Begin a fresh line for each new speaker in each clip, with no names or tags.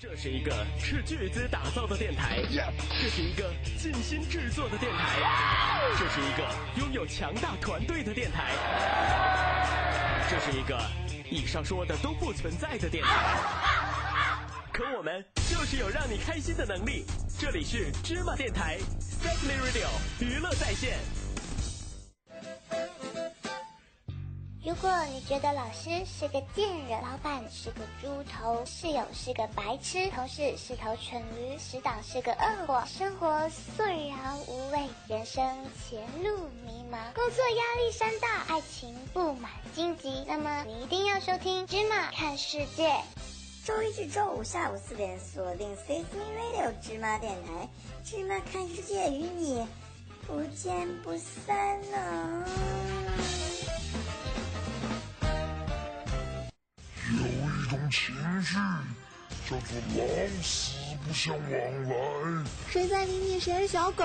这是一个斥巨资打造的电台，这是一个尽心制作的电台，这是一个拥有强大团队的电台，这是一个以上说的都不存在的电台。可我们就是有让你开心的能力。这里是芝麻电台 s e c l y Radio 娱乐在线。
如果你觉得老师是个贱人，老板是个猪头，室友是个白痴，同事是头蠢驴，死党是个恶果，生活索然无味，人生前路迷茫，工作压力山大，爱情布满荆棘，那么你一定要收听《芝麻看世界》。
周一至周五下午四点，锁定 C C Radio 芝麻电台，芝麻看世界与你不见不散呢、
有一种情绪叫做老死不相往来，
谁在你昵谁是小狗？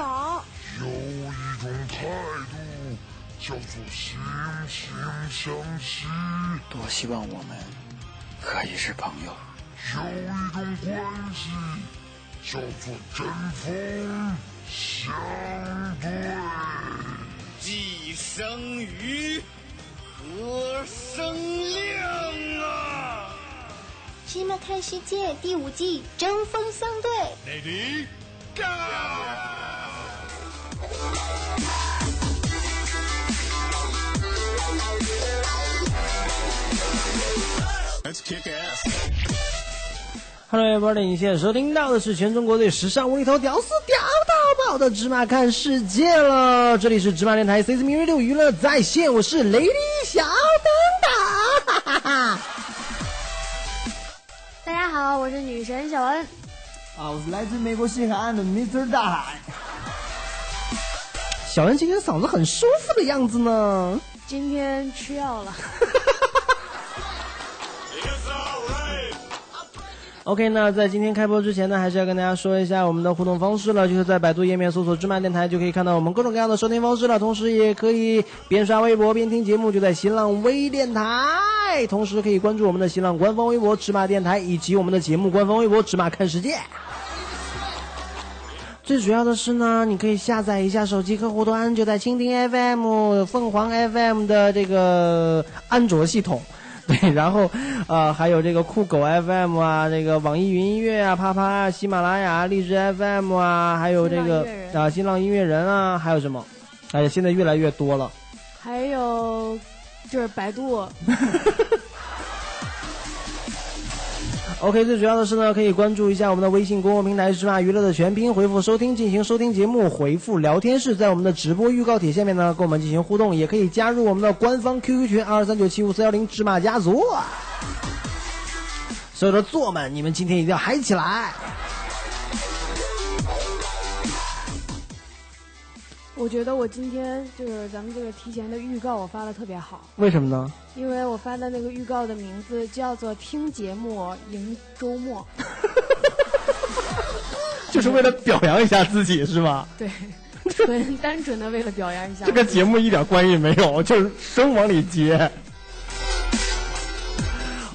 有一种态度叫做惺惺相惜，
多希望我们可以是朋友。
有一种关系叫做针锋相对。
既生瑜，何生亮啊
《芝麻看世界》第五季争锋相对。
！Lady Go！Let's kick ass.
Hello everybody，你现在收听到的是全中国最时尚无厘头、屌丝屌到爆的芝麻看世界了。这里是芝麻电台 C C M Radio 娱乐在线，我是雷 a 小当当，哈哈哈。
大家好，我是女神小恩。
啊，我是来自美国西海岸的 Mr 大海。
小恩今天嗓子很舒服的样子呢。
今天吃药了，
It's alright.
OK，那在今天开播之前呢，还是要跟大家说一下我们的互动方式了，就是在百度页面搜索“芝麻电台”就可以看到我们各种各样的收听方式了，同时也可以边刷微博边听节目，就在新浪微电台，同时可以关注我们的新浪官方微博“芝麻电台”以及我们的节目官方微博“芝麻看世界”。最主要的是呢，你可以下载一下手机客户端，就在蜻蜓 FM、凤凰 FM 的这个安卓系统。对， 然后，呃，还有这个酷狗 FM 啊，这个网易云音乐啊，啪啪啊，喜马拉雅、荔枝 FM 啊，还有这个
新浪音乐人
啊，新浪音乐人啊，还有什么？哎呀，现在越来越多了。
还有
呃
就是百度，
OK，最主要的是呢，可以关注一下我们的微信公众平台“芝麻娱乐”的全拼，回复“收听”进行收听节目，回复“聊天室”在我们的直播预告帖下面呢，跟我们进行互动，也可以加入我们的官方 QQ 群二三九七五四幺零芝麻家族。所有的座们，你们今天一定要嗨起来！
我觉得我今天就是咱们这个提前的预告，我发的特别好，
为什么呢？
因为我发的那个预告的名字叫做“听节目赢周末
就是为了表扬一下自己，是吧？”，
对，纯单纯的为了表 扬一下我。
节目一点关系没有，就是生往里接。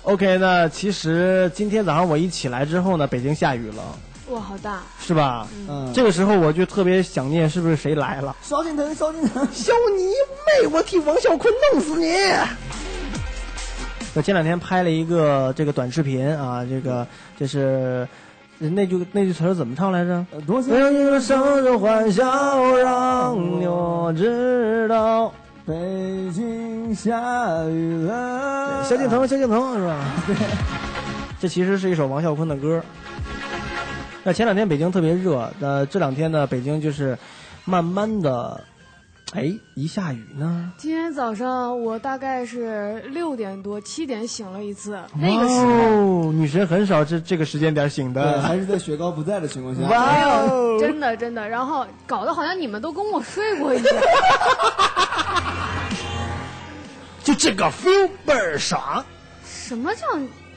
OK，那其实今天早上我一起来之后呢，北京下雨了，
哇，好大！
是吧？
嗯，
这个时候我就特别想念，是不是谁来了？
萧敬腾，萧敬腾，
小你妹！我替王啸坤弄死你！我前两天拍了一个这个短视频啊，这个就是那句那句词儿怎么唱来着？
呃多
不
谢
要你的生日欢笑，让我知道。哦
北京下雨了。
萧敬腾，萧敬腾是吧？这其实是一首王啸坤的歌。那前两天北京特别热，那这两天呢，北京就是慢慢的，哎，一下雨呢，
今天早上我大概是六点多七点醒了一次，
那个时候哦女神很少这这个时间点醒
对，
的，
还是在雪糕不在的情况 下。
哇哦，
真的真的，然后搞得好像你们都跟我睡过一样。
就这个 feel 倍儿爽。
什么叫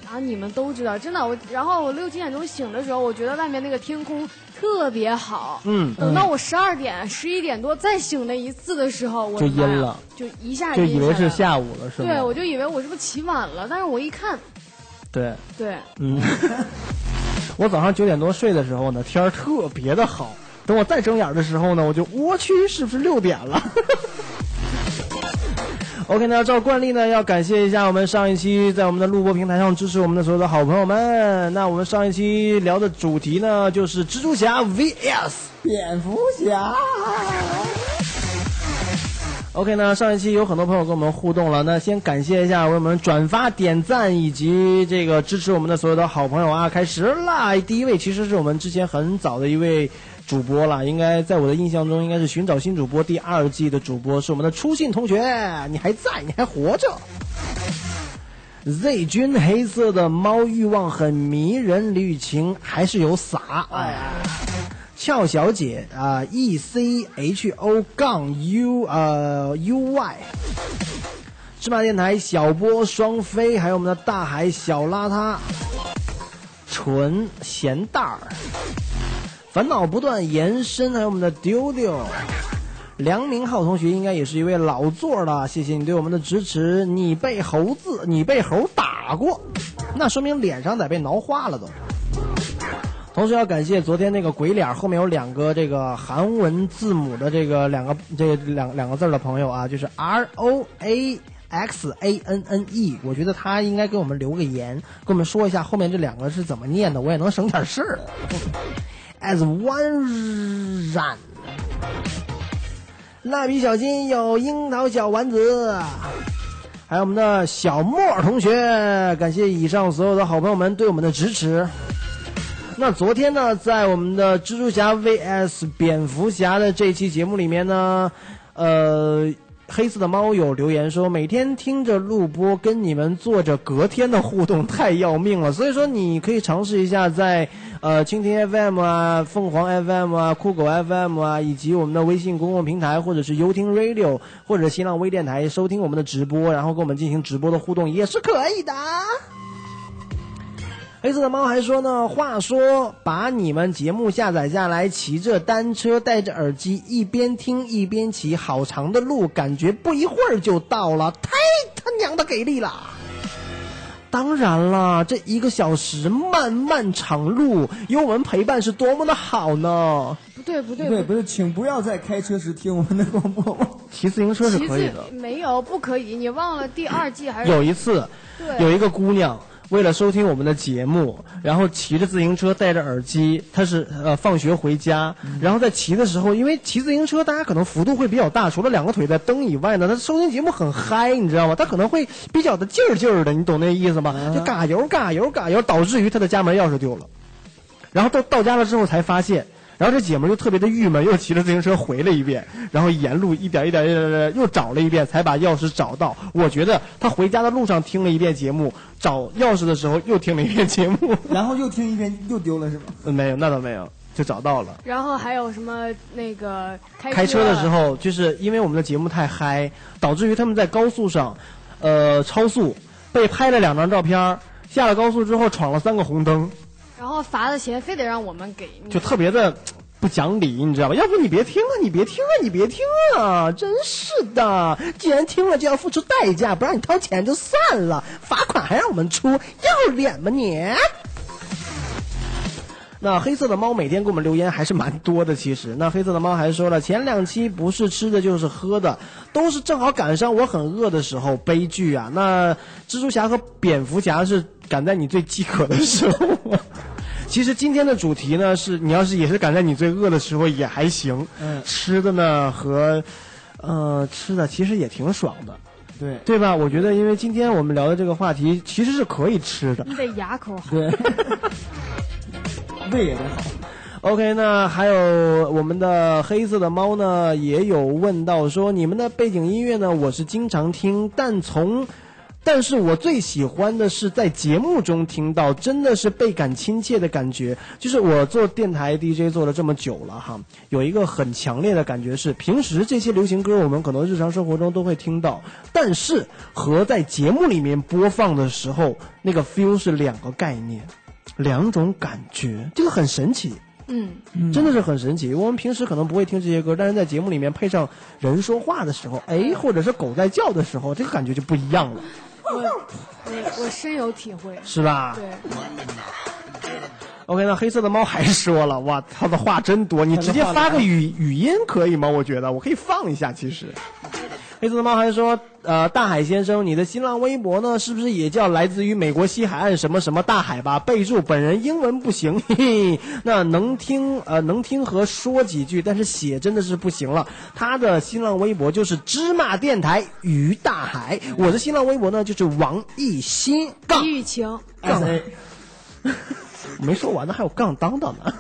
啊？你们都知道，真的我。然后我六七点钟醒的时候，我觉得外面那个天空特别好。
嗯
等到我十二点、十一点多再醒了一次的时候，我的
就阴
妈呀
了，
就一下
就以为是
午。
下午了，是吗？
对，我就以为我是不是起晚了，但是我一看，
对，
对，
嗯， 我早上九点多睡的时候呢，天儿特别的好。等我再睁眼的时候呢，我就我去，是不是六点了？OK 呢，照惯例呢，要感谢一下我们上一期在我们的录播平台上支持我们的所有的好朋友们。那我们上一期聊的主题呢，就是蜘蛛侠 VS
蝙蝠侠。
OK 呢，上一期有很多朋友跟我们互动了，那先感谢一下为我们转发、点赞以及这个支持我们的所有的好朋友啊！开始啦，第一位其实是我们之前很早的一位主播了，应该在我的印象中应该是《寻找新主播》第二季的主播，是我们的初信同学，你还在，你还活着。Z 君黑色的猫欲望很迷人，李雨晴还是有撒，哎呀。俏小姐啊、呃、，E C H O 杠 U 呃 U Y，芝麻电台小波双飞，还有我们的大海小邋遢，纯咸蛋儿，烦恼不断延伸，还有我们的丢丢，梁明浩同学应该也是一位老座了，谢谢你对我们的支持。你被猴子，你被猴打过，那说明脸上得被挠花了都。同时要感谢昨天那个鬼脸后面有两个这个韩文字母的这个两个这两两个字的朋友啊，就是 R O A X A N N E，我觉得他应该给我们留个言，跟我们说一下后面这两个是怎么念的，我也能省点事儿。As one run，蜡笔小新有樱桃小丸子。还有我们的小莫同学，感谢以上所有的好朋友们对我们的支持。那昨天呢，在我们的蜘蛛侠 VS 蝙蝠侠的这期节目里面呢，呃，黑色的猫有留言说，每天听着录播跟你们做着隔天的互动太要命了，所以说你可以尝试一下在呃蜻蜓 FM 啊、凤凰 FM 啊、酷狗 FM 啊，以及我们的微信公共平台或者是优听 Radio 或者新浪微电台收听我们的直播，然后跟我们进行直播的互动也是可以的。黑色的猫还说呢，话说把你们节目下载下来，骑着单车，戴着耳机，一边听一边骑，好长的路，感觉不一会儿就到了，太他娘的给力了！当然了，这一个小时漫漫长路有我们陪伴是多么的好呢！
不对不对
不对不对，请不要在开车时听我们的广播。
骑自行车是可以的，
没有不可以，你忘了第二季还是
有一次，有一个姑娘。为了收听我们的节目，然后骑着自行车，戴着耳机，他是呃放学回家，
嗯
然后在骑的时候，因为骑自行车大家可能幅度会比较大，除了两个腿在蹬以外呢，他收听节目很嗨，你知道吗？他可能会比较的劲儿劲儿的，你懂那意思吗？
啊
就嘎油嘎油嘎油，导致于他的家门钥匙丢了，然后到到家了之后才发现。然后这姐们儿又特别的郁闷，又骑着自行车回了一遍，然后沿路一点一点一点又找了一遍，才把钥匙找到。我觉得她回家的路上听了一遍节目，找钥匙的时候又听了一遍节目，
然后又听一遍又丢了是吗？
嗯，没有，那倒没有，就找到了。
然后还有什么那个开
开车的时候，就是因为我们的节目太嗨，导致于他们在高速上，呃，超速被拍了两张照片，下了高速之后闯了三个红灯。
然后罚的钱非得让我们给，
就特别的不讲理，你知道吧？要不你别听啊，你别听啊，你别听啊！真是的，既然听了就要付出代价，不让你掏钱就算了，罚款还让我们出，要脸吗你？那黑色的猫每天给我们留言还是蛮多的，其实。那黑色的猫还说了，前两期不是吃的就是喝的，都是正好赶上我很饿的时候，悲剧啊！那蜘蛛侠和蝙蝠侠是赶在你最饥渴的时候。其实今天的主题呢是，你要是也是赶在你最饿的时候也还行。嗯。吃的呢和，呃，吃的其实也挺爽的。
对
对吧？我觉得，因为今天我们聊的这个话题其实是可以吃的。
你得牙口好。
对。胃也得好。
OK，那还有我们的黑色的猫呢，也有问到说你们的背景音乐呢，我是经常听，但从，但是我最喜欢的是在节目中听到，真的是倍感亲切的感觉。就是我做电台 DJ 做了这么久了哈，有一个很强烈的感觉是，平时这些流行歌我们可能日常生活中都会听到，但是和在节目里面播放的时候那个 feel 是两个概念。两种感觉，这个很神奇，
嗯，
真的是很神奇。我们平时可能不会听这些歌，但是在节目里面配上人说话的时候，哎，或者是狗在叫的时候，这个感觉就不一样了。
我我我深有体会，
是吧？
对。
OK，那黑色的猫还说了，哇，他的话真多，你直接发个语语音可以吗？我觉得我可以放一下，其实。黑色的猫还说，呃，大海先生，你的新浪微博呢，是不是也叫来自于美国西海岸什么什么大海吧？备注：本人英文不行， 嘿嘿，那能听呃能听和说几句，但是写真的是不行了。他的新浪微博就是芝麻电台于大海，我的新浪微博呢就是王艺新杠
雨晴
哎
杠， 没说完呢，还有杠当当呢。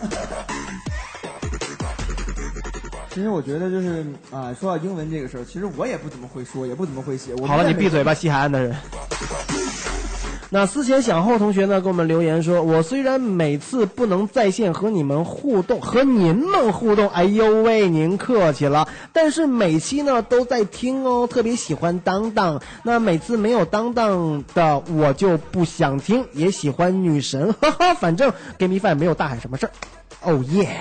其实我觉得就是啊、说到英文这个事儿，其实我也不怎么会说，也不怎么会写。我们
好了，
在
你
美
闭嘴吧，西海岸的人。那思前想后同学呢，给我们留言说，我虽然每次不能在线和你们互动，和您们互动，哎呦喂，您客气了，但是每期呢都在听哦，特别喜欢当当。那每次没有当当的，我就不想听，也喜欢女神，哈哈，反正 g 米饭没有大海什么事儿。哦耶！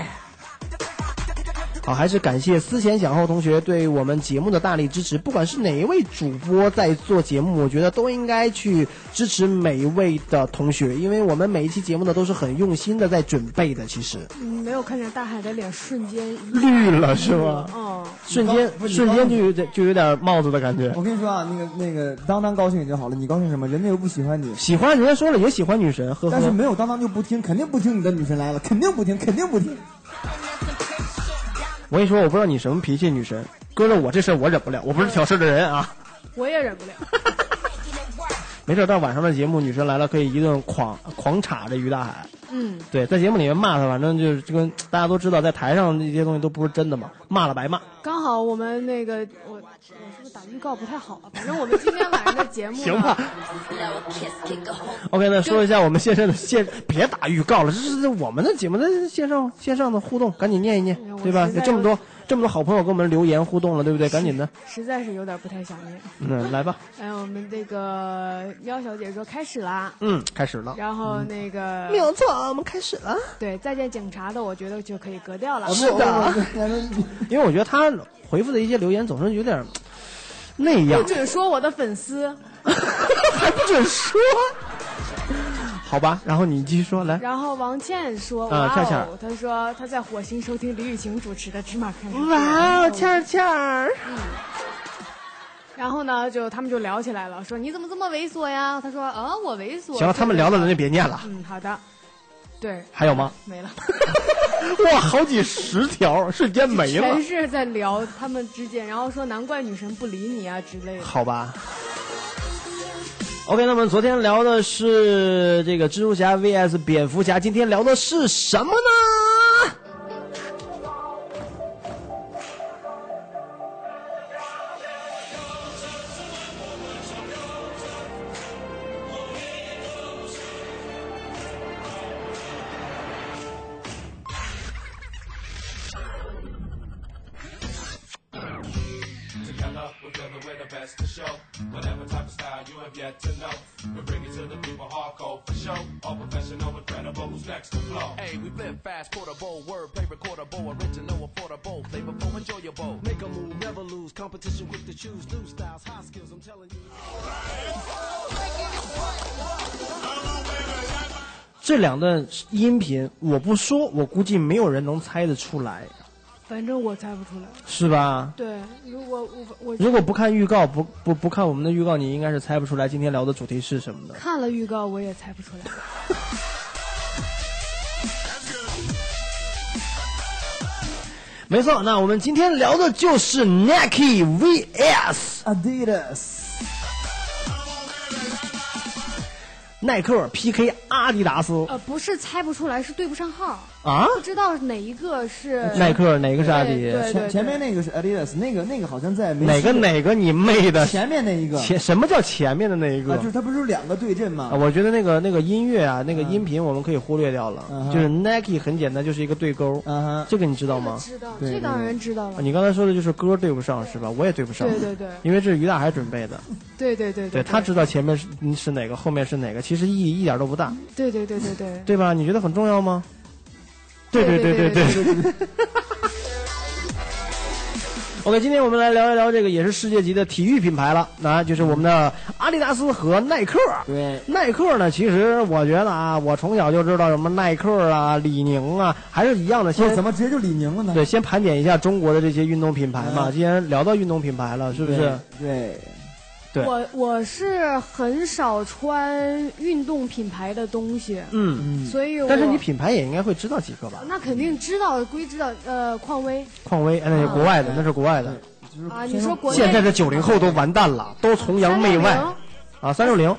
好，还是感谢思前想后同学对我们节目的大力支持。不管是哪一位主播在做节目，我觉得都应该去支持每一位的同学，因为我们每一期节目呢都是很用心的在准备的。其实
嗯没有看见大海的脸瞬间
绿了是吗
嗯，
瞬间
不是你
瞬
刚
间就有点就有点帽子的感觉。
我跟你说啊，那个那个，当当高兴也就好了，你高兴什么？人家又不喜欢 你，
喜欢人家说了也喜欢女神，呵呵。
但是没有当当就不听，肯定不听你的女神来了，肯定不听，肯定不听。
我跟你说，我不知道你什么脾气，女神。搁着我这事儿我忍不了，我不是挑事儿的人啊。
我也忍不了。
没事儿，到晚上的节目，女神来了可以一顿狂狂插这于大海。
嗯，
对，在节目里面骂他，反正就是这个大家都知道，在台上那些东西都不是真的嘛，骂了白骂。
刚好我们那个我我是不是打预告不太好啊？反正我们今天晚上的节目 呢
行吧 OK，那说一下我们线上的线，别打预告了，这是我们的节目，那线上线上的互动，赶紧念一念，
哎
对吧？有这么多这么多好朋友给我们留言互动了，对不对？赶紧的，
实在是有点不太想念。
嗯，来吧，
哎，我们这个喵小姐说开始啦。
嗯，开始了。
然后那个、
没有错，我们开始了。
对，再见警察的，我觉得就可以格掉了。
是的，因为我觉得他回复的一些留言总是有点儿那样
不，准说我的粉丝。
还不准说，好吧？然后你继续说， 来。
然后王倩说：“
啊
哇
倩倩
哦，她说她在火星收听李雨晴主持的《芝麻开门》。
哇哦，倩儿倩儿，
然后呢，就他们就聊起来了，说你怎么这么猥琐呀？他说啊，我猥琐。
行了，他们聊的咱就别念了。
嗯，好的，对，
还有吗？
没了，
哇，好几十条，瞬间 没了
全，是在聊他们之间，然后说难怪女神不理你啊之类的。
好吧。OK，那么昨天聊的是这个蜘蛛侠 VS 蝙蝠侠，今天聊的是什么呢？
Together, we're gonna win the best to show. Whatever type of style you have yet to know, we bring it to the people hardcore for show. All professional, incredible, who's next to flow?
Hey, we flip fast, portable, wordplay, recordable, original, affordable, flavorful, enjoyable. Make a move, never lose. Competition quick to choose, new styles, high skills. I'm telling you.
这两段音频我不说，我估计没有人能猜得出来，
反正我猜不出来。
是吧？
对，如果我我
如果不看预告，不不不看我们的预告，你应该是猜不出来今天聊的主题是什么的。
看了预告，我也猜不出来。
没错，那我们今天聊的就是 Nike VS
Adidas，
耐克 PK 阿迪达斯
呃，不是猜不出来，是对不上号，
啊，
不知道哪一个是
耐克哪个是阿迪？
对对对
前前面那个是 Adidas，那个那个好像在没
哪个
事
哪个你妹的？
前面那一个
前什么叫前面的那一个？
啊，就是它不是有两个对阵吗？
啊我觉得那个那个音乐啊，那个音频我们可以忽略掉了。
嗯哼嗯
就是 Nike 很简单，就是一个对勾。
啊
这个你知道吗？
知道，
对
这当然知道
啊
了。
你刚才说的就是歌对不上是吧？我也对不上。
对对对
因为这是于大海准备的，
对对对
对他知道前面是嗯是哪个，后面是哪个，其实意义一点都不大，
对对对对对。
对吧？你觉得很重要吗？对对对
对对。
啊 OK，今天我们来聊一聊这个也是世界级的体育品牌了，那、就是我们的阿迪达斯和耐克。
对，
耐克呢，其实我觉得啊，我从小就知道什么耐克啊、李宁啊，还是一样的。现在
怎么直接就李宁了呢？
对，先盘点一下中国的这些运动品牌嘛。
嗯
既然聊到运动品牌了，是不是？
对，
对
我我是很少穿运动品牌的东西，
嗯
所以我
但是你品牌也应该会知道几个吧？
那肯定知道归知道，呃，匡威
匡威，哎那是国外的，那是国外的。
啊，你说国内
现在这九零后都完蛋了，都崇洋媚外
360
啊！三六零、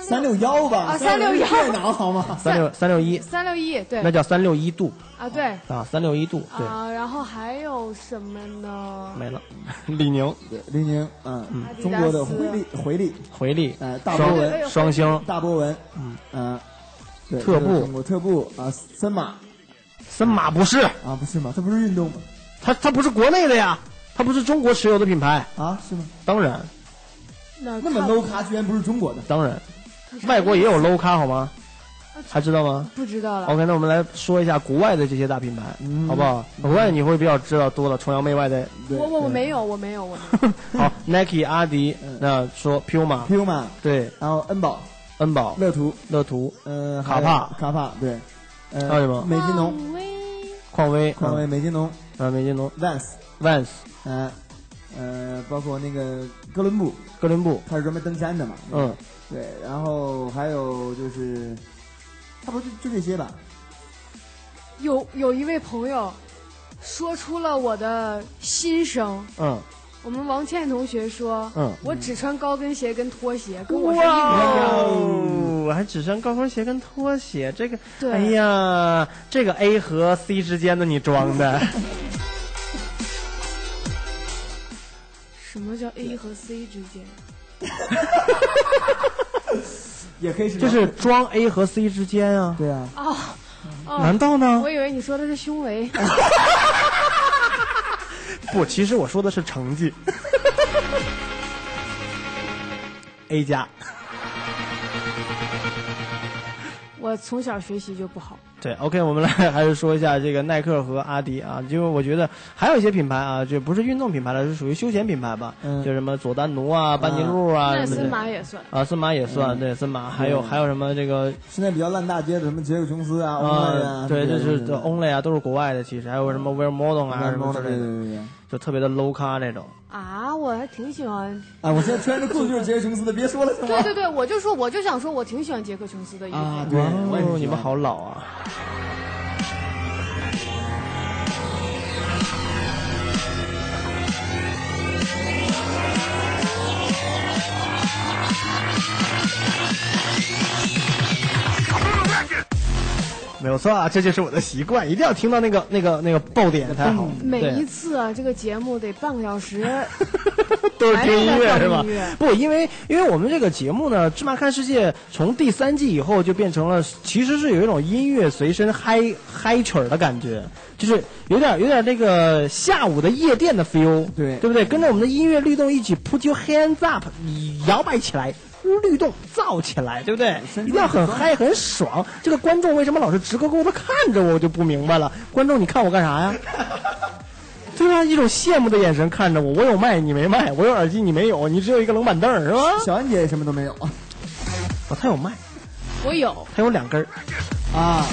三六幺吧，
啊361
电脑好吗？
三六三六一，
三六一对，
那叫三六一度
啊对
啊，三六一度对，
啊，然后还有什么呢？
没了。 李宁，
李宁，嗯
迪达，斯
中国的回力回力
回力，
呃大波
双
纹
双星、
大波纹，嗯嗯，对
特
这
步
是中国特步啊，森马
森马不是，
啊，不是吗？它不是运动吗？
它它不是国内的呀，它不是中国持有的品牌，
啊，是吗？
当然
那
那么 low 咖居然不是中国的，
当然，外国也有 low 咖好吗？还啊知道吗
不知道了。
？OK，那我们来说一下国外的这些大品牌，
嗯
好不好？国外你会比较知道多了，崇洋媚外 的，
对
我我我
对
没有，我没有，我没有。
好，Nike、阿迪，那说 Puma，
Puma，
对，
然后恩宝、
恩宝、
乐图，
乐图、
呃，
卡
还有
帕
卡帕，对，呃，
还有什么
美津浓，
匡威、
匡威、美津浓
嗯啊，美津浓、
，Vans，
Vans、
呃呃，包括那个哥伦布，
哥伦布，
他是专门登山的嘛，那个
嗯，
对，然后还有就是，差不多就就这些吧。
有有一位朋友说出了我的心声。
嗯，
我们王倩同学说，
嗯
我只穿高跟鞋跟拖鞋，跟我是一模一
哇
样。
哦，还只穿高跟鞋跟拖鞋，这个，
对
哎呀，这个 A 和 C 之间的你装 的，
什么叫 A 和 C 之间？
也可以是
这是装 A 和 C 之间啊，
对啊，
哦，哦
难道呢
我以为你说的是胸围。
不，其实我说的是成绩，A 加，
我从小学习就不好，
对，OK，我们来还是说一下这个耐克和阿迪啊，因为我觉得还有一些品牌啊，就不是运动品牌了，是属于休闲品牌吧，
嗯
就什么佐丹奴啊、班尼路啊
嗯那
什么
森
的。
马也算。
啊，森马也算，对，森马还有
嗯对
还有什么这个
现在比较烂大街的什么杰克琼斯啊、欧莱
啊
啊，，
对，
这些
这是这 Only 啊，都是国外的，其实还有什么 Wear Modern 啊什么之
嗯对对
类的，
对对。
就特别的 low 咖那种。
啊，我还挺喜欢。
啊，我现在穿着裤子就是杰克琼斯的，别说了行
对
吗？
对对，我就说，我就想说，我挺喜欢杰克琼斯的衣服。
啊，对，我也是喜欢
哦，你们。好老啊！没有错啊，这就是我的习惯，一定要听到那个那个那个爆点才好。
嗯
每
对
一次啊，这个节目得半个 小时，
都是听音乐是吧
还是在放音乐？
不，因为因为我们这个节目呢，《芝麻看世界》从第三季以后就变成了，其实是有一种音乐随身嗨嗨曲儿的感觉，就是有点有点那个下午的夜店的 feel，
对
对不对？跟着我们的音乐律动一起 put your hands up，摇摆起来。律动造起来，对不对？一定要很嗨很爽。这个观众为什么老是直勾勾的看着我，我就不明白了。观众，你看我干啥呀？对啊，一种羡慕的眼神看着我，我有麦你没麦，我有耳机你没有，你只有一个冷板凳儿是吧？
小安姐也什么都没有
哦，他有麦，
我有。
他有两根儿。
啊，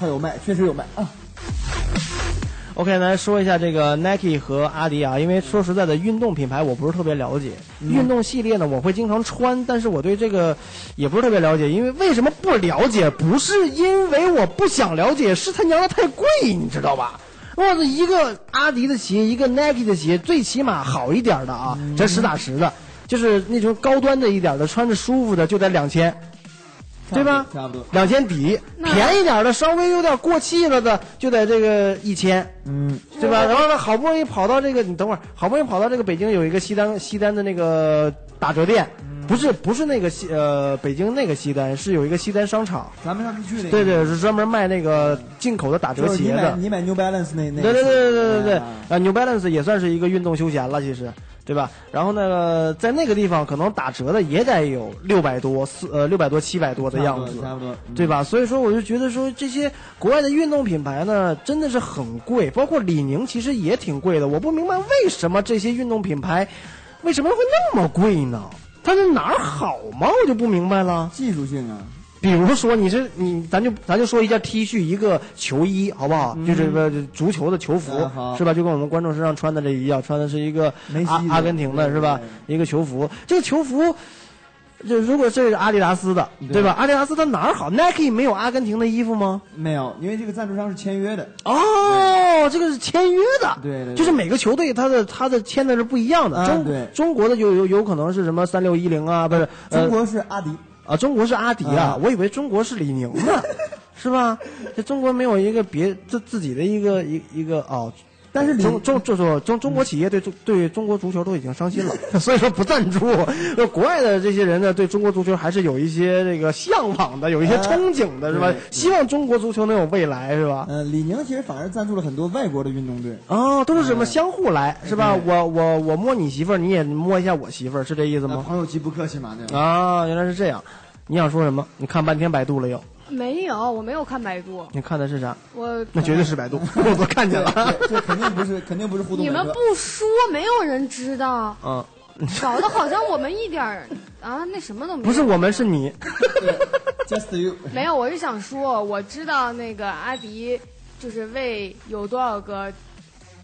她有卖，确实有卖啊。
OK，来说一下这个 Nike 和阿迪啊，因为说实在的，运动品牌我不是特别了解。
嗯
运动系列呢，我会经常穿，但是我对这个也不是特别了解。因为为什么不了解？不是因为我不想了解，是他娘的太贵，你知道吧？我的一个阿迪的鞋，一个 Nike 的鞋，最起码好一点的啊，
嗯
这实打实的，就是那种高端的一点的，穿着舒服的就得两千，对吧？
差不多。
两千底，
那
便宜点儿的稍微有点过气了的，就得这个一千，
嗯，
对吧？然后呢，好不容易跑到这个，你等会儿，好不容易跑到这个北京有一个西单西单的那个打折店，
嗯
不是不是那个西呃北京那个西单，是有一个西单商场，
咱们上次去那个，
对，对，是专门卖那个进口的打折
就是你
鞋
买
的。
你买 New Balance 那那个，
对对对对对对对，
啊
啊，New Balance 也算是一个运动休闲了，其实，对吧？然后呢，在那个地方可能打折的也得有六百多四呃六百多七百多的样
差不
子，
多差不多嗯
对吧？所以说，我就觉得说这些国外的运动品牌呢，真的是很贵，包括李宁其实也挺贵的。我不明白为什么这些运动品牌为什么会那么贵呢？它是哪儿好吗？我就不明白了。
技术性啊，
比如说你是你，咱就咱就说一件 T 恤，一个球衣，好不好？
嗯
就是呃足球的球服
啊，好
是吧？就跟我们观众身上穿的这一样，穿的是一个
梅西
阿
的
阿根廷的是吧？一个球服，这个球服。就如果这是阿迪达斯的，对吧？阿迪达斯它哪儿好？Nike 没有阿根廷的衣服吗？
没有，因为这个赞助商是签约的。
哦，这个是签约的，
对对对
就是每个球队它的它的签的是不一样的。
啊
中
对
中国的就有有可能是什么三六一零啊，不是？呃
中国是阿迪，
啊，中国是阿迪啊
啊，
我以为中国是李宁 呢，是吧？这中国没有一个别自自己的一个一一个哦。
但是李
中中中中中中国企业对中对中国足球都已经 伤心了，所以说不赞助。那 国外的这些人呢，对中国足球还是有一些这个向往的，有一些
啊
憧憬的，是吧
对？
希望中国足球能有未来，是吧？
呃，李宁其实反而赞助了很多外国的运动队。
哦，都是什么相互来是吧？
对
我我我摸你媳妇儿，你也摸一下我媳妇儿，是这意思
那
吗？
呃朋友极不客气嘛，对吧？
啊，原来是这样。你想说什么？你看半天百度了又？
没有，我没有看百度，
你看的是啥？
我
那绝对是百度，我都看见了。
这肯定不是，肯定不是互动。
你们不说，没有人知道，
嗯，
搞得好像我们一点儿 啊那什么都没有。
不是我们，是你。
Just you，
没有，我是想说，我知道那个阿迪就是为有多少个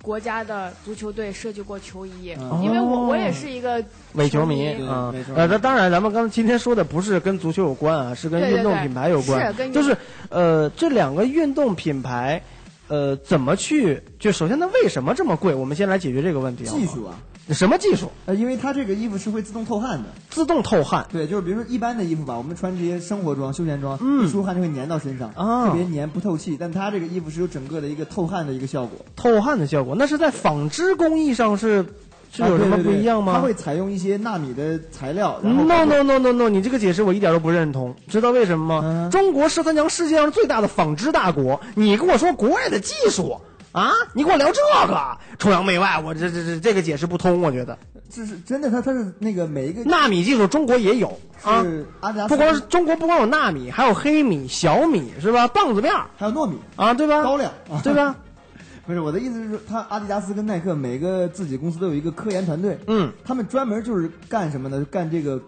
国家的足球队设计过球衣，
嗯
因为我
哦
我也是一个
伪球迷
迷
啊
伪球，迷
呃，那当然，咱们刚才今天说的不是跟足球有关啊，是跟
对对
运动
对
品牌有关
是，跟
就是呃，这两个运动品牌，呃，怎么去？就首先它为什么这么贵？我们先来解决这个问题好吗
技术啊，
什么技术？
呃，因为它这个衣服是会自动透汗的。
自动透汗。
对，就是比如说一般的衣服吧，我们穿这些生活装、休闲装，
嗯
一出汗就会粘到身上，
啊
特别粘不透气。但它这个衣服是有整个的一个透汗的一个效果。
透汗的效果，那是在纺织工艺上是是有什
啊
么
对对
不
对
一样吗？
它会采用一些纳米的材料，然后
嗯 No no no no no！你这个解释我一点都不认同，知道为什么吗？
嗯
中国是咱娘世界上最大的纺织大国，你跟我说国外的技术啊，你跟我聊这个崇洋媚外，我这这这这个解释不通，我觉得
这是真的，它它是那个每一个
纳米技术中国也有啊，
是阿迪达斯
不光是中国不光有纳米，还有黑米、小米是吧？棒子面儿
还有糯米，
啊，对吧？
高粱啊
对吧？
不是我的意思是说，它阿迪达斯跟耐克每个自己公司都有一个科研团队，
嗯，
他们专门就是干什么呢？干这个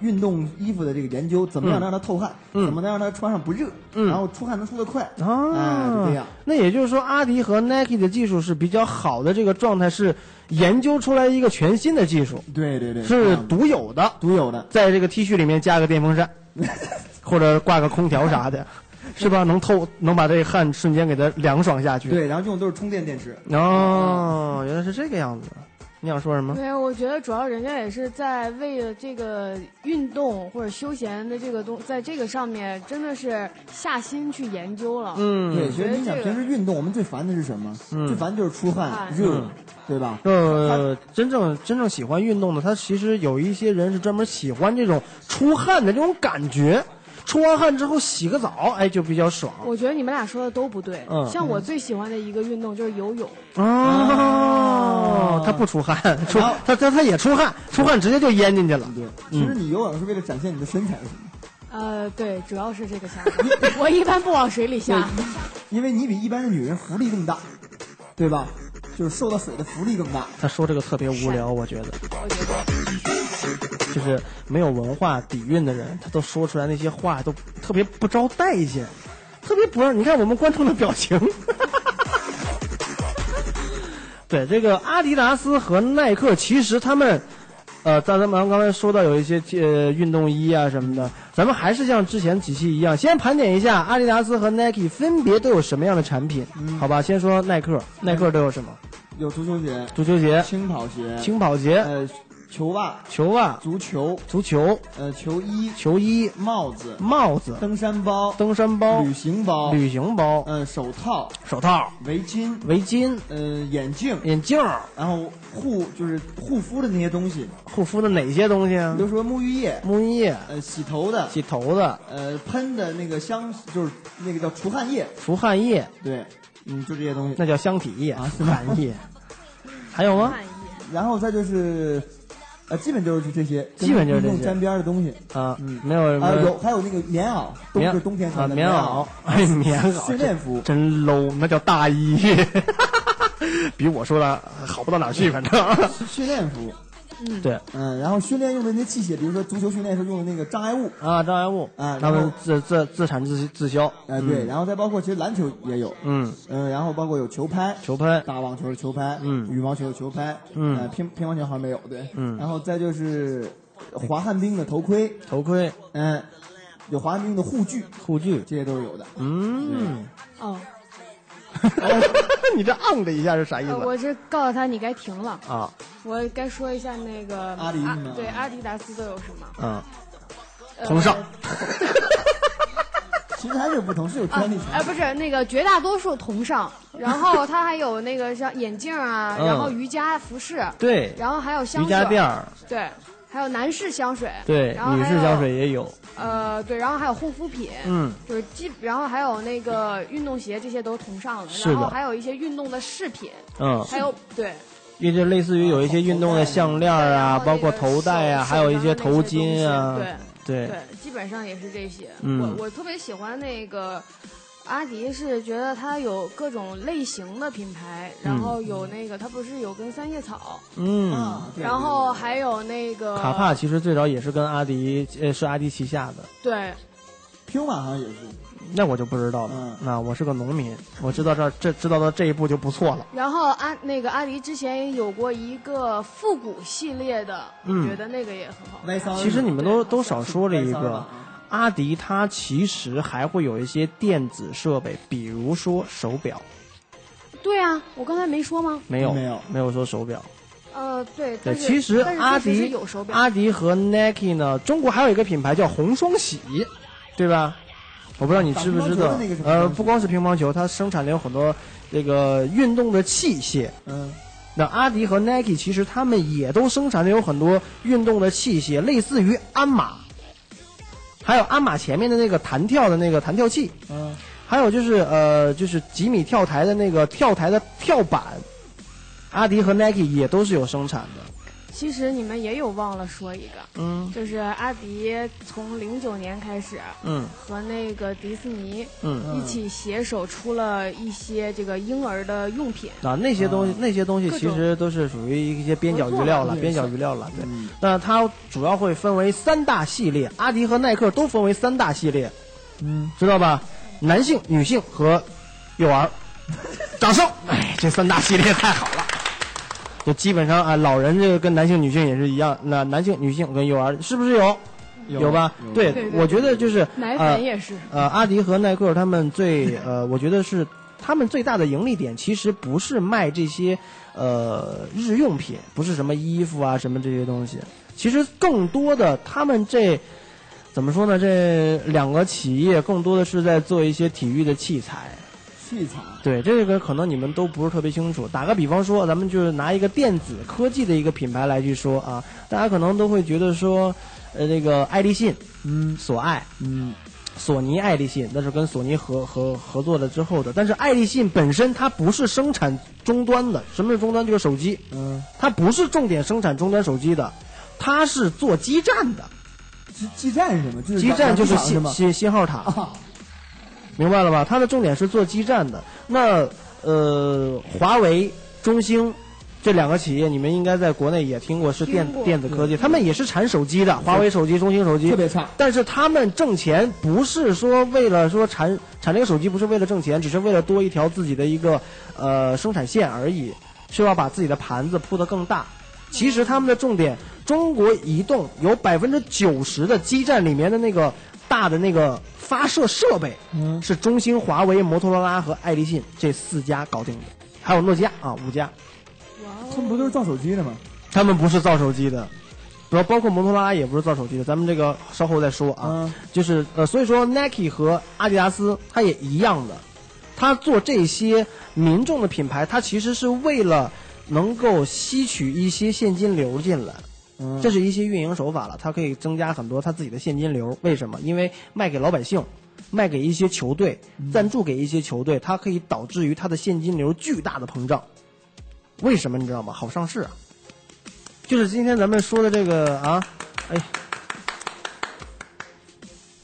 运动衣服的这个研究，怎么样
嗯
让它透汗，
嗯
怎么能让它穿上不热，
嗯
然后出汗能出得快，
啊，
哎，就这样。
那也就是说，阿迪和 Nike 的技术是比较好的，这个状态是研究出来一个全新的技术，
对对对，这
是
样的
独嗯有的。
独有的。
在这个 T 恤里面加个电 风扇，或者挂个空调啥的，是吧？能透，能把这汗瞬间给它凉爽下去。
对，然后用的都是充电电池。
哦，原来是这个样子。你想说什么？
没有，我觉得主要人家也是在为了这个运动或者休闲的这个东，在这个上面真的是下心去研究了。
嗯，
对，其实你想，
这个
平时运动我们最烦的是什么？最烦就是出汗、
汗
热
嗯，
对吧？
呃，真正真正喜欢运动的，他其实有一些人是专门喜欢这种出汗的这种感觉。出完汗之后洗个澡，哎，就比较爽。
我觉得你们俩说的都不对。
嗯
像我最喜欢的一个运动就是游泳，
哦，他不出汗，出
然后
他他他也出汗，出汗直接就淹进去了。
对，其实你游泳是为了展现你的身材，
呃，对，主要是这个想法。 我一般不往水里下。
因为你比一般的女人浮力更大，对吧？就是受到水的浮力更大。
他说这个特别无聊，我觉得，就是没有文化底蕴的人，他都说出来那些话都特别不招待见，特别不让你看我们观众的表情。对，这个阿迪达斯和耐克，其实他们，呃，咱咱们刚才说到有一些呃运动衣啊什么的，咱们还是像之前几期一样，先盘点一下阿迪达斯和 Nike 分别都有什么样的产品，好吧？先说耐克，耐克都有什么？
有足球鞋、
足球鞋、
轻跑鞋、
轻跑鞋、
呃球袜、
球袜、
足球、
足球、
呃球衣、
球衣、
帽子、
帽子、
登山包、
登山包、
旅行包、
旅行包、
呃手套、
手套、
围巾、
围巾、
呃眼镜，
眼镜儿、
然后护就是护肤的那些东西，
护肤的哪些东西啊
比？如说沐浴液、
沐浴液、
呃洗头的、
洗头的、
呃喷的那个香，就是那个叫除汗液，
除汗液，
对，嗯，就这些东西。
那叫香体液、
啊
除汗 液，还有吗？
看一眼
然后再就是，呃，基本就是这些，
基本就是这些
跟运动沾边儿的东西。
啊，
嗯
没有什
啊，有
么。
还有那个棉袄，冬
棉
是冬天
啊，
穿的
棉袄， 哎，棉 袄，
训练服
真 low，那叫大 衣，比我说的好不到哪儿去，反正。
训练服，
嗯
对，
嗯，然后训练用的那器械，比如说足球训练时候用的那个障碍物
啊，障碍物
啊，
他
然后
们自自自产自自销。
哎
嗯
对，然后再包括其实篮球也有，
嗯
嗯，然后包括有球拍，
球拍，
打网球的球拍，
嗯
羽毛球的球拍，
嗯
呃乒乒乓球好像没有，对，
嗯
然后再就是滑旱冰的头盔，
头盔，
嗯，有滑旱冰的护具，
护具
这些都是有的，
嗯，
哦，
你这昂的一下是啥意
呃
思？
我这告诉他你该停了。
啊
我该说一下那个啊
阿迪吗
对阿迪达斯都有什么？
啊，
呃
从上，
其实还是有不同，是有专利权。
哎、
啊
不是那个绝大多数同上，然后它还有那个像眼镜啊，
嗯
然后瑜伽服饰，
对
然后还有香水，
瑜伽垫儿
对，还有男士香水，
对，
然后
女
还
士
有
香水也有，
呃，对，然后还有护肤品，
嗯，
就是基，然后还有那个运动鞋，这些都同上了，
是的
然后还有一些运动的饰品，
嗯
还有对，
也就类似于有一些运动的项链儿啊，包括头带啊，还有一些头巾啊，
对
对
基本上也是这些。
嗯
我我特别喜欢那个阿迪，是觉得它有各种类型的品牌，然后有那个它不是有跟三叶草，
嗯
啊
对
然后还有那个
卡帕其实最早也是跟阿迪，呃，是阿迪旗下的，
对，
Puma 好像也是，
那我就不知道了。那我是个农民，我知道这儿这知道到这一步就不错了。
然后阿那个阿迪之前也有过一个复古系列的，
嗯
我觉得那个也很好。
其实你们都都少说了一
啊
个，阿迪它其实还会有一些电子设备，比如说手表，
对啊，我刚才没说吗？
没有
没有
没有说手表。
呃，对，
对，
但是
其实
但是
阿
确实是
迪
有手表，
阿迪和 Nike 呢，中国还有一个品牌叫红双喜，对吧？我不知道你知不知
打乒乓球
道
的那个是，红双
呃，
喜
不光是乒乓球，它生产了有很多这个运动的器械。
嗯，
那阿迪和 Nike 其实他们也都生产了有很多运动的器械，类似于鞍马，还有鞍马前面的那个弹跳的那个弹跳器，
嗯，
还有就是呃，就是几米跳台的那个跳台的跳板，阿迪和 Nike 也都是有生产的。
其实你们也有忘了说一个，
嗯
就是阿迪从零九年开始，
嗯
和那个迪士尼，
嗯
一起携手出了一些这个婴儿的用品。
啊，那些东西、那些东西
各
其
种
实都是属于一些边角余料了，边角余料了。对，
嗯
那它主要会分为三大系列，阿迪和耐克都分为三大系列，
嗯，
知道吧？男性、女性和幼儿。掌声！哎，这三大系列太好了。就基本上啊，老人这个跟男性、女性也是一样，那男性、女性跟幼儿是不是有？
有
吧？
有
对
对，对
我觉得就是
奶
呃
粉也是
呃，阿迪和耐克他们最呃，我觉得是他们最大的盈利点，其实不是卖这些呃日用品，不是什么衣服啊什么这些东西，其实更多的他们这怎么说呢？这两个企业更多的是在做一些体育的器材。
器材，
对这个可能你们都不是特别清楚。打个比方说，咱们就是拿一个电子科技的一个品牌来去说啊，大家可能都会觉得说，呃，这个爱立信，
嗯，
索爱，
嗯，
索尼爱立信，那是跟索尼合合合作了之后的。但是爱立信本身它不是生产终端的，什么是终端？就是手机，
嗯，
它不是重点生产终端手机的，它是做基站的。
基基站是什么？就是
基站就是
是哦
信
吗？啊
信信号塔，明白了吧？它的重点是做基站的。那呃，华为、中兴这两个企业，你们应该在国内也听过，是电
听过
电子科技，他们也是产手机的，华为手机、中兴手机
特别差，
但是他们挣钱不是说为了说产产这个手机不是为了挣钱，只是为了多一条自己的一个呃生产线而已，是要把自己的盘子铺得更大。其实他们的重点，中国移动有百分之九十的基站里面的那个大的那个发射设备，
嗯，
是中兴、华为、摩托罗拉和爱立信这四家搞定的，还有诺基亚啊五家。
他们不都是造手机的吗？
他们不是造手机的，然后包括摩托罗拉也不是造手机的，咱们这个稍后再说啊。就是呃，所以说 Nike 和阿迪达斯它也一样的，它做这些民众的品牌，它其实是为了能够吸取一些现金流进来。
嗯
这是一些运营手法了，它可以增加很多它自己的现金流。为什么？因为卖给老百姓，卖给一些球队，赞助给一些球队，它可以导致于它的现金流巨大的膨胀。为什么你知道吗？好上市啊！就是今天咱们说的这个啊，哎，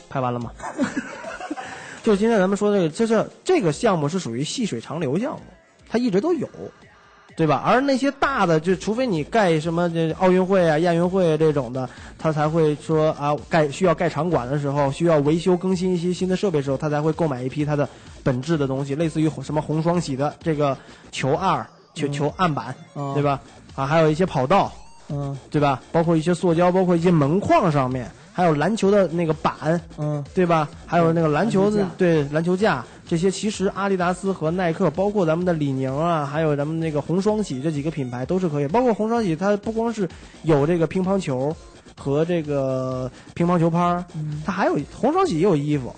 拍完了吗？就是今天咱们说这个，就是这个项目是属于细水长流项目，它一直都有。对吧？而那些大的，就除非你盖什么这奥运会啊、亚运会啊这种的，他才会说啊，盖需要盖场馆的时候，需要维修更新一些新的设备的时候，他才会购买一批它的本质的东西，类似于什么红双喜的这个球二、球球案板，
嗯
对吧？啊，还有一些跑道，
嗯，
对吧？包括一些塑胶，包括一些门框上面，还有篮球的那个板，
嗯，
对吧？还有那个篮球
篮
的
球架
对篮球架这些，其实阿迪达斯和耐克，包括咱们的李宁啊，还有咱们那个红双喜这几个品牌都是可以。包括红双喜，它不光是有这个乒乓球和这个乒乓球拍儿，它还有红双喜也有衣服，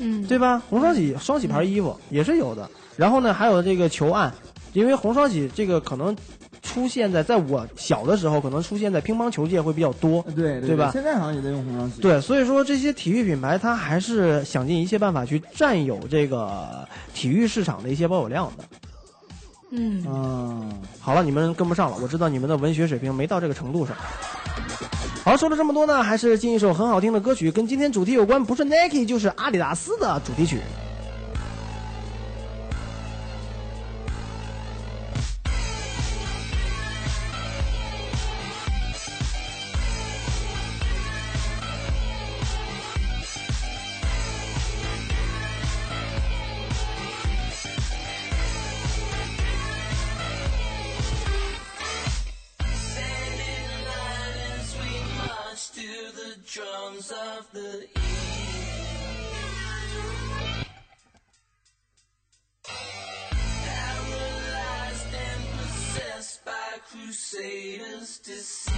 嗯，
对吧？红双喜双喜牌衣服也是有的。然后呢，还有这个球案，因为红双喜这个可能出现在在我小的时候，可能出现在乒乓球界会比较多，
呃对
对吧？
现在好像也在用红双喜。
对，所以说这些体育品牌，它还是想尽一切办法去占有这个体育市场的一些保有量的。
嗯
嗯，
好了，你们跟不上了，我知道你们的文学水平没到这个程度上。好，说了这么多呢，还是进一首很好听的歌曲，跟今天主题有关，不是 Nike 就是阿迪达斯的主题曲。
as we march to the drums of the east. Paralyzed and possessed by crusaders' deceit.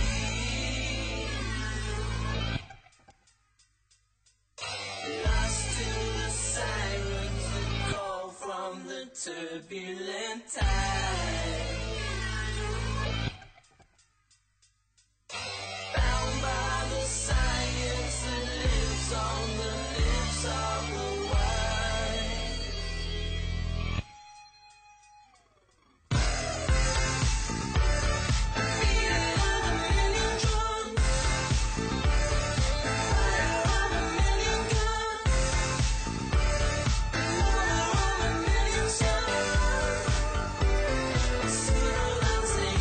Lost to the sirens that call from the turbulent tide. Bound by the science that lives on the lips of the wise. Feel the million drums, fire of a million guns, water of a million suns.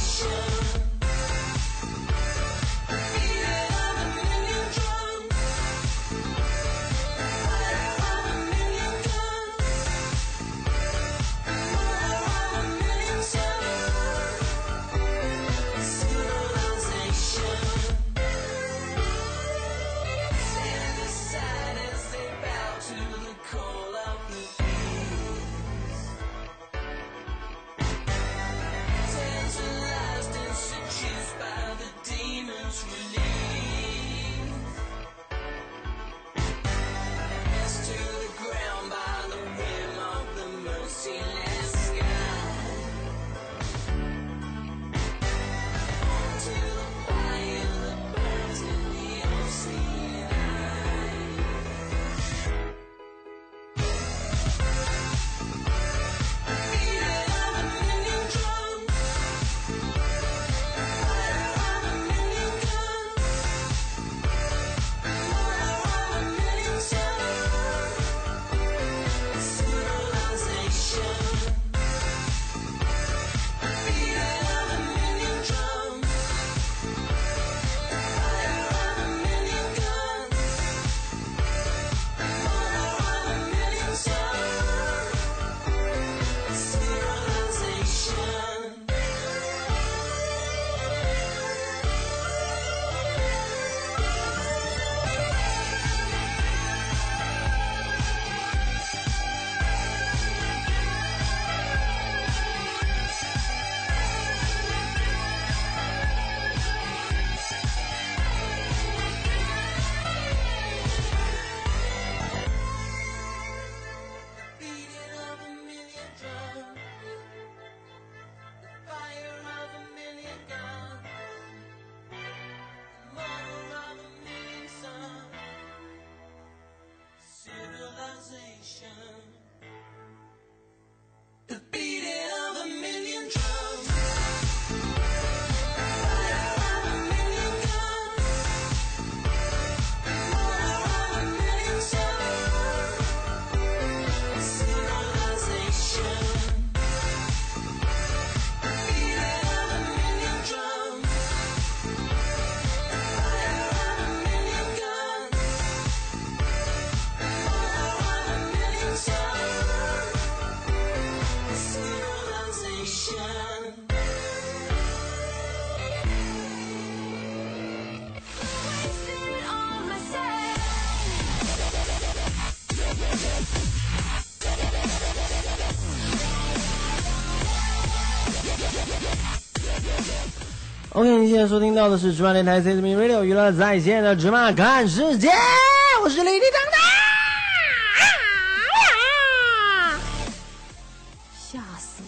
OK，您现在收听到的是芝麻电台 C C B Radio 娱乐在线的芝麻看世界，我是雷迪当当。
吓死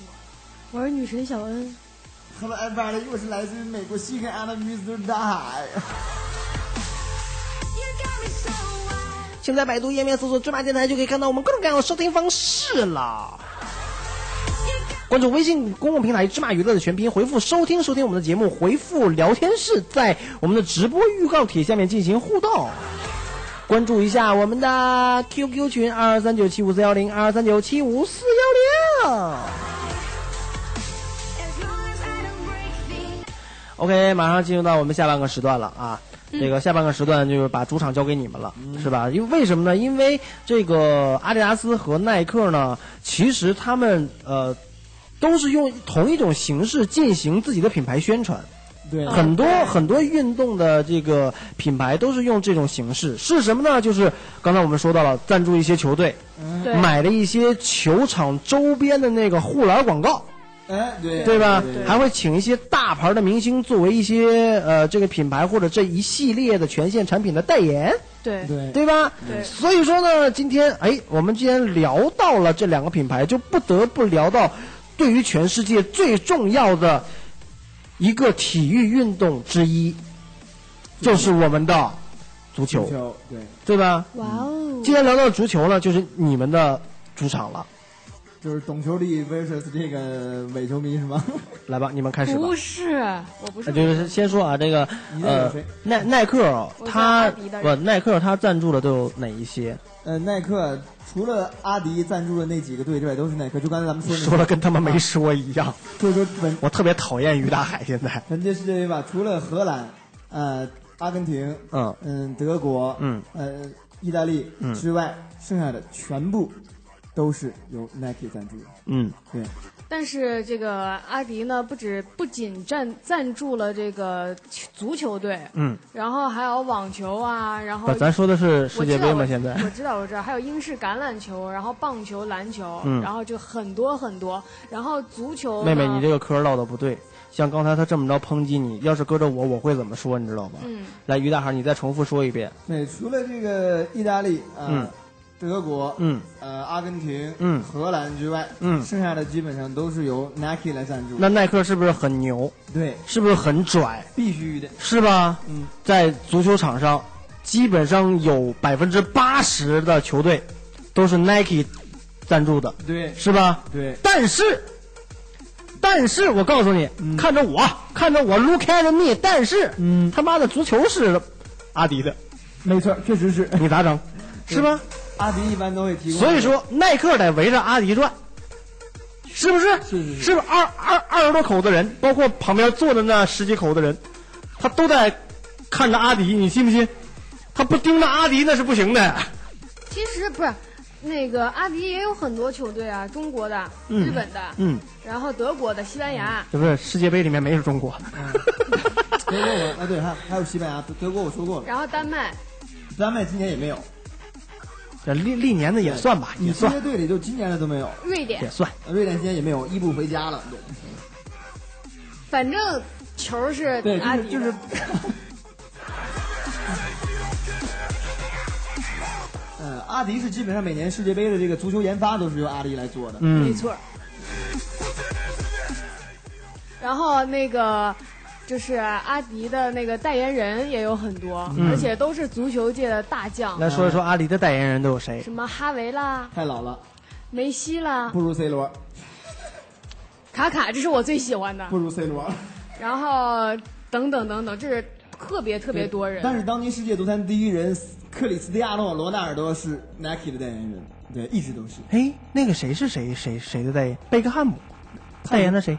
我！我是女神小恩。
Hello everybody，我是来自于美国西海岸的 Mr. 大海。
请在百度页面搜索“芝麻电台”，就可以看到我们各种各样的收听方式了。关注微信公共平台“芝麻娱乐”的全拼，回复“收听”收听我们的节目，回复“聊天室”在我们的直播预告帖下面进行互动。关注一下我们的 QQ 群二二三九七五四幺零二二三九七五四幺零。OK，马上进入到我们下半个时段了啊！
嗯
这个下半个时段就是把主场交给你们了，是吧？因为为什么呢？因为这个阿迪达斯和耐克呢，其实他们呃都是用同一种形式进行自己的品牌宣传。
对
很多很多运动的这个品牌都是用这种形式，是什么呢？就是刚才我们说到了，赞助一些球队，
对
买了一些球场周边的那个护栏广告，
哎，对，
对吧？
对
还会请一些大牌的明星作为一些呃这个品牌或者这一系列的全线产品的代言。
对
对
对吧？
对
所以说呢，今天哎，我们既然聊到了这两个品牌，就不得不聊到对于全世界最重要的一个体育运动之一，就是我们的足球，
足球，对，
对吧？
哇哦！
既然聊到足球了，就是你们的主场了。
就是懂球帝 vs 这个伪球迷是吗？
来吧，你们开始吧。
不是，我不是。
呃就是先说啊，这个
你在
呃
有谁，
耐耐克啊
我在
它
阿迪的
不
人
耐克它赞助的都有哪一些？
呃，耐克除了阿迪赞助的那几个队之外，都是耐克。就刚才咱们说的那啊
说了跟他们没说一 样。
就是本
我特别讨厌于大海现在。
本届世界杯吧，除了荷兰、呃、阿根廷、
嗯
嗯、德国、
嗯、
呃、意大利
嗯
之外，剩下的全部都是由 Nike 赞助的。
嗯，
对，
但是这个阿迪呢，不止不仅赞赞助了这个足球队，
嗯，
然后还有网球啊，然后
不咱说的是世界杯吗
我知道
现在
我知道，我知道，还有英式橄榄球，然后棒球、篮球，
嗯
然后就很多很多，然后足球呢。
妹妹，你这个嗑唠的不对。像刚才他这么着抨击你，要是搁着我，我会怎么说？你知道吗？
嗯，
来，于大海，你再重复说一遍。
对，除了这个意大利、呃、
嗯
德国、
嗯、
呃、阿根廷、
嗯
荷兰之外，
嗯
剩下的基本上都是由 Nike 来赞助。
那耐克是不是很牛？
对，
是不是很拽？
必须的，
是吧？
嗯，
在足球场上，基本上有百分之八十的球队都是 Nike 赞助的，
对，
是吧？
对，
但是，但是我告诉你，
嗯
看着我，看着我，look at me。但是，嗯，他妈的足球是阿迪的，
没错，确实是。
你咋整？是吧？
阿迪一般都会提供。
所以说，耐克得围着阿迪转，是不是？
是是
不是二二二十多口子人，包括旁边坐着那十几口子人，他都在看着阿迪，你信不信？他不盯着阿迪那是不行的。
其实不是，那个阿迪也有很多球队啊，中国的、
嗯
日本的，
嗯，
然后德国的、西班牙，
这不是世界杯里面没有中国，
德国我啊对，还有还有西班牙、德德国我说过了，
然后丹麦，
丹麦今年也没有，
这历历年的也算吧，
你
也
这
算
些队里就今年的都没有，
瑞典
也，算。
瑞典今年也没有，伊布回家了，
反正球是
对，
阿
对，
迪
就
的。
是就是，呃，阿迪是基本上每年世界杯的这个足球研发都是由阿迪来做的，
嗯
没错。然后那个就是阿迪的那个代言人也有很多，
嗯
而且都是足球界的大将，
来说一说阿迪的代言人都有谁
什？么哈维啦、
太老了，
梅西啦、
不如 C 罗，
卡卡，这是我最喜欢的
不。如 C 罗，
然后等等等等，这是特别特别多人。
但是当年世界足坛第一人克里斯蒂亚诺·罗纳尔多是 Nike 的代言人，对，一直都是，
哎，那个谁是谁谁谁的代言？贝克汉姆代言的谁？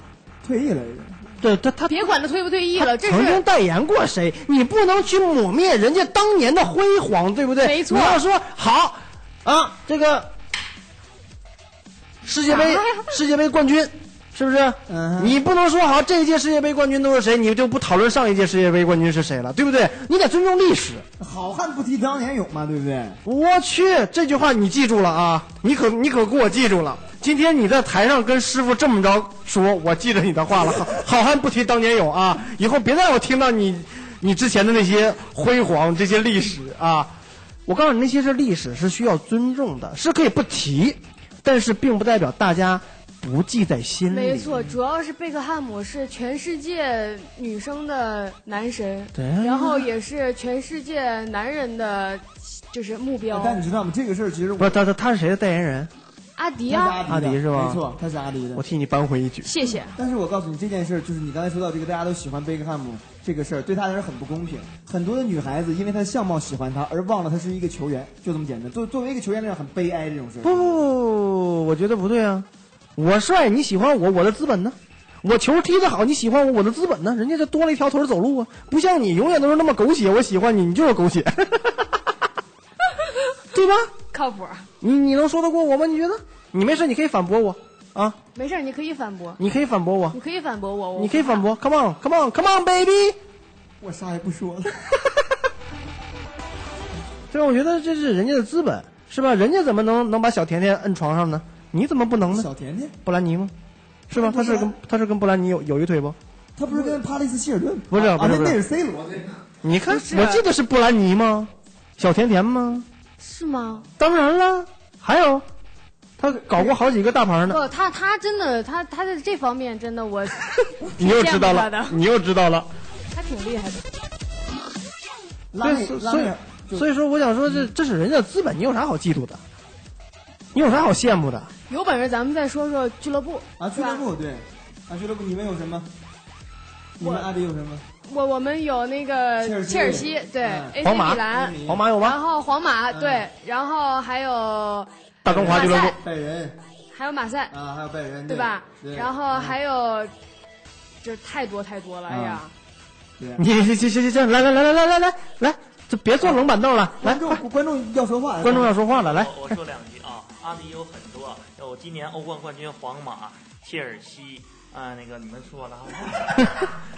退役了已经。
嗯对他他
别管他退不退役了，这
曾经
是
代言过谁，你不能去抹灭人家当年的辉煌，对不对？
没错
你要说好啊，这个世界杯
啥呀
世界杯冠军是不是？
嗯哼
你不能说好这一届世界杯冠军都是谁，你就不讨论上一届世界杯冠军是谁了，对不对？你得尊重历史。
好汉不提当年勇嘛，对不对？
我去，这句话你记住了啊！你可你可给我记住了，今天你在台上跟师傅这么着说，我记着你的话了。好汉不提当年勇啊！以后别让我听到你你之前的那些辉煌、这些历史啊！我告诉你，那些是历史，是需要尊重的，是可以不提，但是并不代表大家不记在心里。
没错，主要是贝克汉姆是全世界女生的男神，
对啊
然后也是全世界男人的，就是目标。
但你知道吗？这个事儿其实
不是他他他是谁的代言人？
阿迪
他是
啊，
阿迪的
是吧？
没错，他是阿迪的。
我替你扳回一局。
谢谢。
但是我告诉你这件事儿，就是你刚才说到这个，大家都喜欢贝克汉姆这个事儿，对他来说很不公平。很多的女孩子因为他的相貌喜欢他，而忘了他是一个球员，就这么简单。作作为一个球员来讲，很悲哀这种事儿。
不不不，我觉得不对啊！我帅，你喜欢我，我的资本呢？我球踢得好，你喜欢我，我的资本呢？人家这多了一条腿走路啊，不像你永远都是那么狗血。我喜欢你，你就是狗血， 对吧？
靠谱。
你你能说得过我吗？你觉得？你没事，你可以反驳我啊，
没事儿，你可以反驳，
你可以反驳我
你，可以反驳我，我
你可以反驳。Come on，Come on，Come on，baby。
我啥也不说了。
对，我觉得这是人家的资本，是吧？人家怎么能能把小甜甜摁床上呢？你怎么不能呢？小
甜甜，
布兰妮吗？是吧？他是啊跟他是跟布兰妮有有一腿不？
他不是跟帕里斯希尔顿？
不是
啊
不是
那那
不
是
是
C 罗。
你看，
啊
不是
我记得是布兰妮吗？小甜甜吗？
是吗？
当然了，还有，他搞过好几个大牌呢。
不，他他真的，他他在这方面真的我
你又知道
挺羡慕他的
了，你又知道了。
他挺厉害的。
拉美
对，所
拉啊
所
美尔
以所以说，我想说，
嗯
这这是人家的资本，你有啥好嫉妒的？你有啥好羡慕的？
有本事咱们再说说俱乐部
啊，俱乐部对，啊，俱乐部你们有什么？你们阿迪有什么？
我我们有那个
切
切
尔
尔
西
西，对
嗯
，AC
皇马
米哎兰，
皇马有吗
然后皇马对，然后还有
大中华俱乐部
马赛，
拜仁
还有马赛，
啊，还有拜仁
对吧？然
嗯
后还有就是太多太多了，哎
啊
呀，
你行行行行，来来来来来来来来，这别坐冷板凳
哦
了，来，
观众观众要说话，
观众要说话了，来，
我我说两句啊，阿迪有很多，有今年欧冠冠军皇马、切尔西，啊、那个你们说了啊，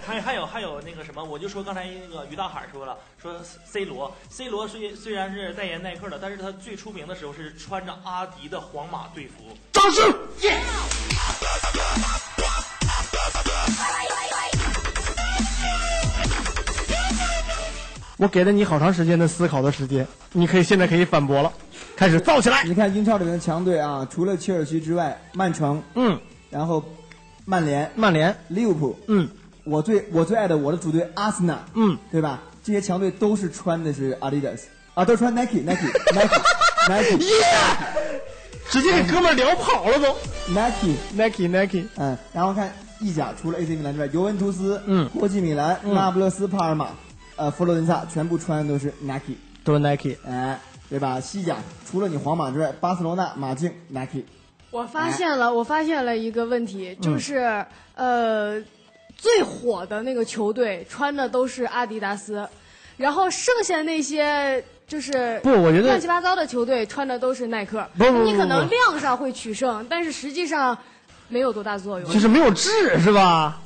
还还有还有那个什么，我就说刚才那个于大海说了，说 C 罗，C 罗虽虽然是代言耐克的，但是他最出名的时候是穿着阿迪的皇马队服。
掌声。我给了你好长时间的思考的时间，你可以现在可以反驳了，开始造起来。
你看英超里面的强队啊，除了切尔西之外，曼城，
嗯，
然后曼联，
曼联，
利物浦，
嗯，
我最我最爱的我的主队阿森纳，
嗯，
对吧？这些强队都是穿的是 Adidas 啊，都是穿 Nike Nike Nike Nike，
直接给哥们聊跑了都
，Nike
Nike Nike，
嗯，然后看意甲，除了 AC 米兰之外，尤文图斯，
嗯
国际米兰、
嗯
那不勒斯、帕尔马，呃，佛罗伦萨，全部穿的都是 Nike。
都是 Nike，
哎，对吧？西甲除了你皇马之外，巴塞罗那、马竞、Nike，
我发现
哎
了，我发现了一个问题，
嗯
就是、呃，最火的那个球队穿的都是阿迪达斯，然后剩下那些就是
不我觉得
乱七八糟的球队穿的都是耐克。
不不不不
你可能量上会取胜，但是实际上没有多大作用。
就是没有质是吧？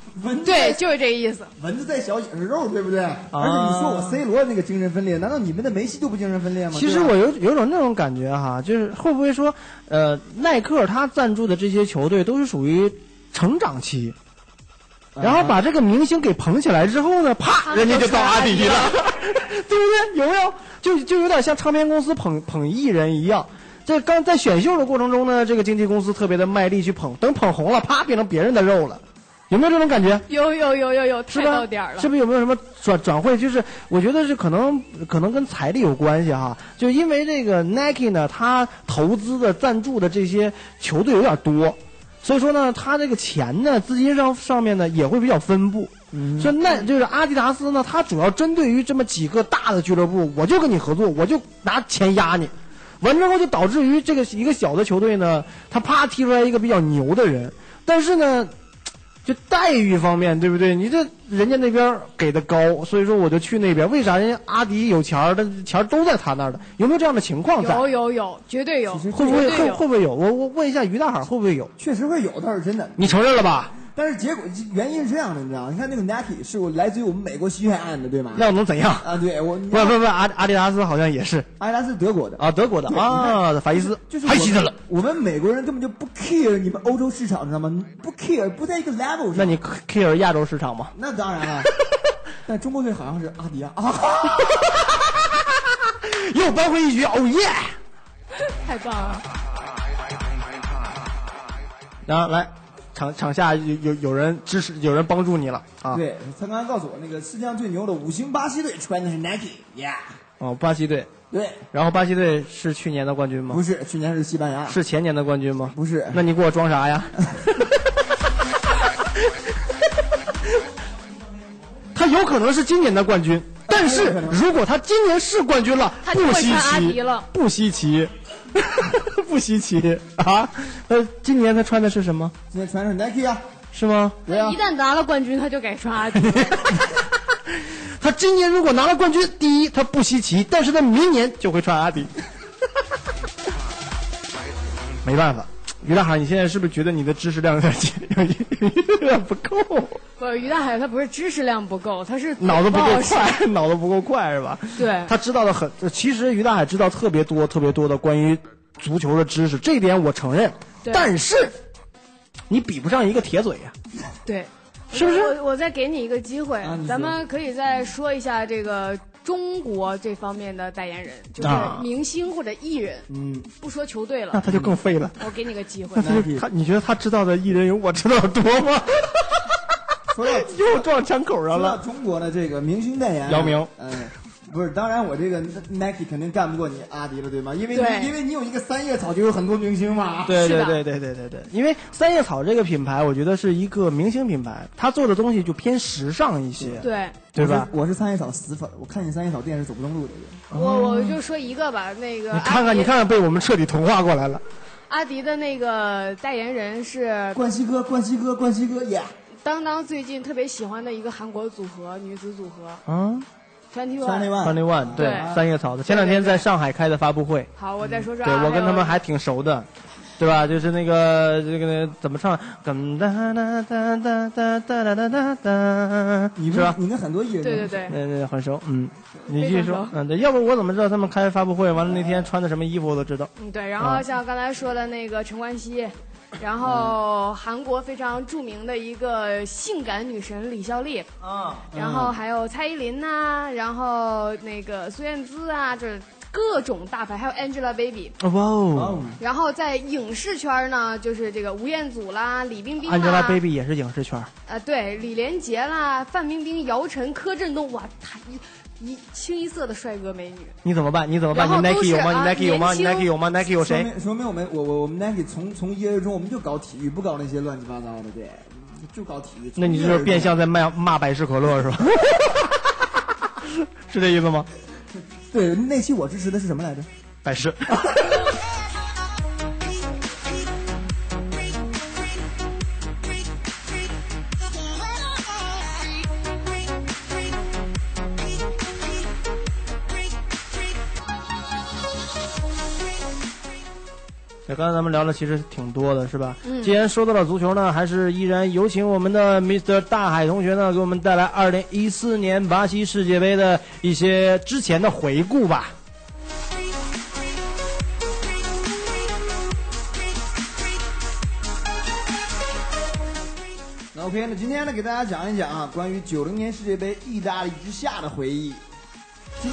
对，就是这意思。
蚊子在小也是肉，对不对？
啊
而且你说我 C 罗那个精神分裂，难道你们的梅西都不精神分裂吗？
其实
对吧
我有有种那种感觉哈，就是会不会说，呃，耐克他赞助的这些球队都是属于成长期，然后把这个明星给捧起来之后呢，啪，人家啊就到阿迪了， 对不对？有没有？就就有点像唱片公司捧捧艺人一样。这刚在选秀的过程中呢，这个经纪公司特别的卖力去捧，等捧红了，啪，变成别人的肉了，有没有这种感觉？
有有有有有，
是
太
吧？
到点儿了。
是不是有没有什么转转会？就是我觉得是可能可能跟财力有关系哈，就因为这个 Nike 呢，它投资的赞助的这些球队有点多，所以说呢，它这个钱呢，资金上上面呢也会比较分布。
嗯
所以那就是阿迪达斯呢，它主要针对于这么几个大的俱乐部，我就跟你合作，我就拿钱压你。完之后就导致于这个一个小的球队呢，他啪踢出来一个比较牛的人，但是呢，就待遇方面，对不对？你这人家那边给的高，所以说我就去那边。为啥人家阿迪有钱儿，但钱儿都在他那儿的？有没有这样的情况在？
有有有，绝对有，
会不会
绝对
会
有
会不会有？我我问一下于大海会不会有？
确实会有，倒是真的。
你承认了吧？
但是结果原因是这样的，你知道吗？你看那个 Nike 是我来自于我们美国西海岸的，对吗？
那我能怎样
啊？对我
不不不，阿阿迪达斯好像也是，
阿迪达斯德国的
啊，德国的啊，法西斯
就是
太稀着了。
我们美国人根本就不 care 你们欧洲市场，知道吗？不 care 不在一个 level 上。
那你 care 亚洲市场吗？
那当然 了，但中国队好像是阿迪啊，啊
又扳回一局，哦耶！
太棒了！
然后来，场场下有有有人支持，有人帮助你了啊！
对他刚才告诉我，那个世界上最牛的五星巴西队穿的是 Nike，yeah。
哦，巴西队。
对。
然后巴西队是去年的冠军吗？
不是，去年是西班牙。
是前年的冠军吗？
不是。
那你给我装啥 呀？他有可能是今年的冠
哦
军，但是如果他今年是冠军了，
他就
不
会
稀
穿阿迪
奇
了，
不稀奇， 不稀奇啊！呃，今年他穿的是什么？
今天穿的是 Nike 啊，
是吗？
对啊
一。旦拿了冠军，他就改 穿阿迪。
他今年如果拿了冠军，第一他不稀奇，但是他明年就会穿阿迪。 没办法，于大海，你现在是不是觉得你的知识量有点紧有点不够？
不是于大海，他不是知识量不够，他是
脑子不够
好使
快，脑子不够快是吧？
对
他知道的很。其实于大海知道特别多、特别多的关于足球的知识，这一点我承认。
对
但是你比不上一个铁嘴呀、
对，
是不是
我我再给你一个机会
啊你，说
咱们可以再说一下这个中国这方面的代言人，就是
啊
明星或者艺人，
嗯，
不说球队
那
了，
他就更废了。
我给你个机会
那。他就他，你觉得他知道的艺人有我知道的多吗？
说到
又撞枪口上
说到
了。
中国的这个明星代言，
姚明
嗯。不是，当然我这个 Nike 肯定干不过你阿迪了，对吗？因为
对
你因为你有一个三叶草，就有很多明星嘛。
对
是
对
的
对对对对对，因为三叶草这个品牌，我觉得是一个明星品牌，他做的东西就偏时尚一些，
对
对吧？
我是？我是三叶草死粉，我看见三叶草店是走不动路的人。
我我就说一个吧，那个
哦你看
阿
看，
迪
你看看，被我们彻底同化过来了。
阿迪的那个代言人是
冠希哥，冠希哥，冠希哥，耶！
当当最近特别喜欢的一个韩国组合，女子组合
啊
Twenty
三那
One。
万，
，Twenty One，对
对，
三叶草的，前两天在上海开的发布会，
好，我再说说
嗯对
啊，
我跟他们
有
还挺熟的，对吧？就是那个这个怎么唱，噔哒哒哒哒哒哒哒哒哒，
你
是
们
吧？
你跟很多艺人
对对对，
那那很熟，嗯，你
非
继续
常
说
熟，
嗯，对，要不我怎么知道他们开发布会完了那天穿的什么衣服我都知道？
嗯，对，然
啊
后像刚才说的那个陈冠希，然后韩国非常著名的一个性感女神李孝利，
啊，
然后还有蔡依林呐、然后那个孙燕姿啊，这各种大牌，还有 Angelababy。
哇哦
哦，
然后在影视圈呢，就是这个吴彦祖啦、李冰冰啦，
，Angelababy 也是影视圈儿，
啊，对，李连杰啦、范冰冰、姚晨、柯震东，哇，他一一清一色的帅哥美女。
你怎么办？你怎么办？你
然后都
Nike
是
有吗？你
啊
Nike 有吗？
年
你
轻
Nike 有吗？Nike 有
说
谁？
明说明我们我我我们 Nike 从从一而终，我们就搞体育，不搞那些乱七八糟的，对，就搞体育。
那你这就是变相在卖骂百事可乐是 吧？是这意思吗？
对那期我支持的是什么来着？
百事。 对，刚才咱们聊的其实挺多的，是吧？
嗯
既然说到了足球呢，还是依然有请我们的 Mr. 大海同学呢，给我们带来2014年巴西世界杯的一些之前的回顾吧。
那 OK，那今天呢，给大家讲一讲啊，关于九零年世界杯意大利之下的回忆。今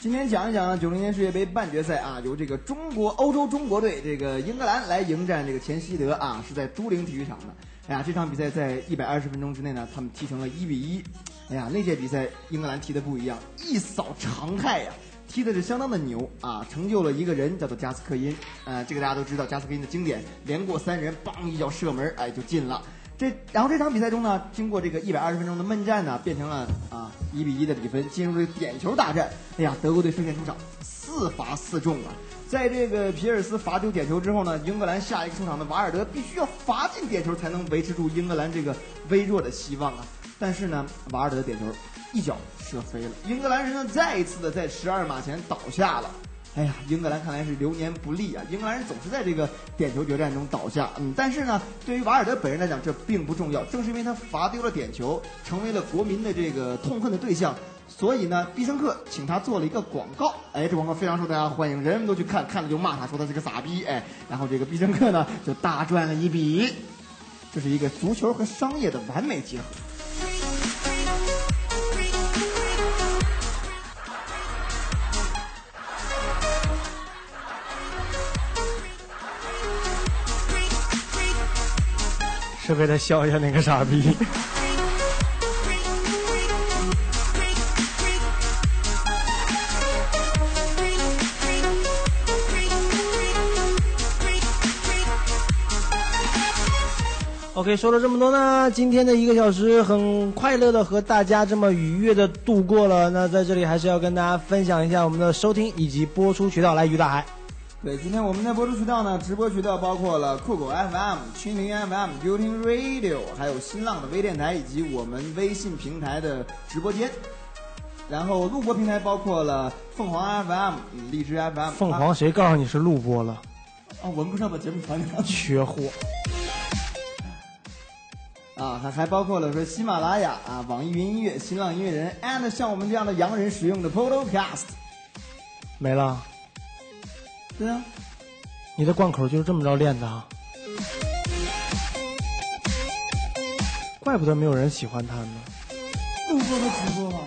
今天讲一讲九零年世界杯半决赛啊，由这个中国欧洲中国队这个英格兰来迎战这个前西德啊，是在都灵体育场的。哎呀，这场比赛在一百二十分钟之内呢，他们踢成了一比一。哎呀，那届比赛英格兰踢的不一样，一扫常态呀、踢的是相当的牛啊，成就了一个人叫做加斯科因。呃，这个大家都知道，加斯科因的经典连过三人，梆一脚射门，哎就进了。这然后这场比赛中呢，经过这个一百二十分钟的闷战呢，变成了啊一比一的比分，进入了点球大战。哎呀，德国队胜券出场，四罚四中啊！在这个皮尔斯罚丢点球之后呢，英格兰下一个出场的瓦尔德必须要罚进点球才能维持住英格兰这个微弱的希望啊。但是呢，瓦尔德的点球一脚射飞了，英格兰人呢再一次的在十二码前倒下了。哎呀，英格兰看来是流年不利啊！英格兰人总是在这个点球决战中倒下。嗯，但是呢，对于瓦尔德本人来讲，这并不重要。正是因为他罚丢了点球，成为了国民的这个痛恨的对象，所以呢，必胜客请他做了一个广告。哎，这广告非常受大家欢迎，人人都去看，看了就骂他，说他是个傻逼。哎，然后这个必胜客呢就大赚了一笔。这是一个足球和商业的完美结合。
是为了笑一下那个傻逼。OK，说了这么多呢，今天的一个小时很快乐的和大家这么愉悦的度过了。那在这里还是要跟大家分享一下我们的收听以及播出渠道，来于大海。
对，今天我们的播出渠道呢，直播渠道包括了酷狗 FM、蜻蜓 FM、优听 Radio，还有新浪的微电台以及我们微信平台的直播间。然后录播平台包括了凤凰 FM、荔枝 FM。
凤凰谁告诉你是录播了？
啊，我们不是要把节目传给他？
缺货。
啊，还还包括了说喜马拉雅啊、网易云音乐、新浪音乐人，and 像我们这样的洋人使用的 Podcast。
没了。
对啊，
你的贯口就是这么着练的啊，怪不得没有人喜欢他呢。
录过的直播吗？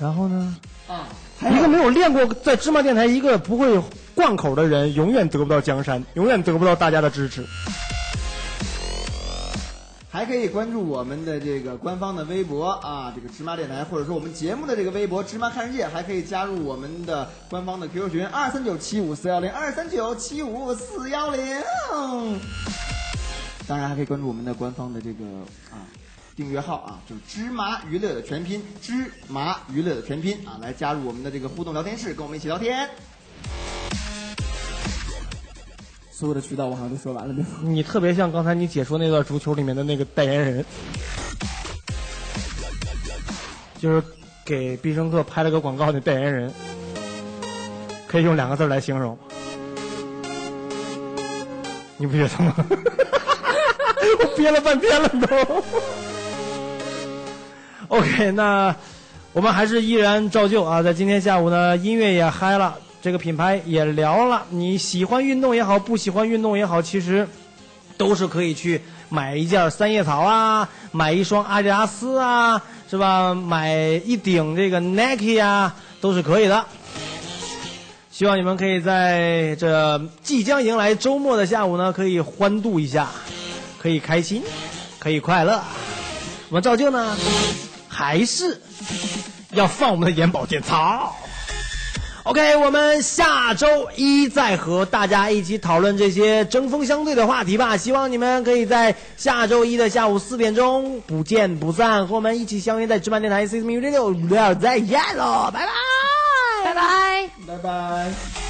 然后呢？
啊，
一个没有练过在芝麻电台，一个不会贯口的人，永远得不到江山，永远得不到大家的支持。
还可以关注我们的这个官方的微博啊，这个芝麻电台，或者说我们节目的这个微博“芝麻看世界”，还可以加入我们的官方的 QQ 群二三九七五四幺零二三九七五四幺零。当然还可以关注我们的官方的这个啊订阅号啊，就是“芝麻娱乐”的全拼，“芝麻娱乐”的全拼啊，来加入我们的这个互动聊天室，跟我们一起聊天。所有的渠道我好像都说完了，对吧？
你特别像刚才你解说那段足球里面的那个代言人，就是给必胜客拍了个广告的代言人，可以用两个字来形容，你不觉得吗？ 我憋了半天了都。OK，那我们还是依然照旧啊，在今天下午呢，音乐也嗨了。这个品牌也聊了，你喜欢运动也好，不喜欢运动也好，其实都是可以去买一件三叶草啊，买一双阿迪达斯啊，是吧？买一顶这个 Nike 啊，都是可以的。希望你们可以在这即将迎来周末的下午呢，可以欢度一下，可以开心，可以快乐。我们照旧呢，还是要放我们的眼保健操。OK，我们下周一再和大家一起讨论这些针锋相对的话题吧。希望你们可以在下周一的下午四点钟不见不散，和我们一起相约在芝麻电台 C C M U 六六再见喽，拜拜，
拜拜，拜拜。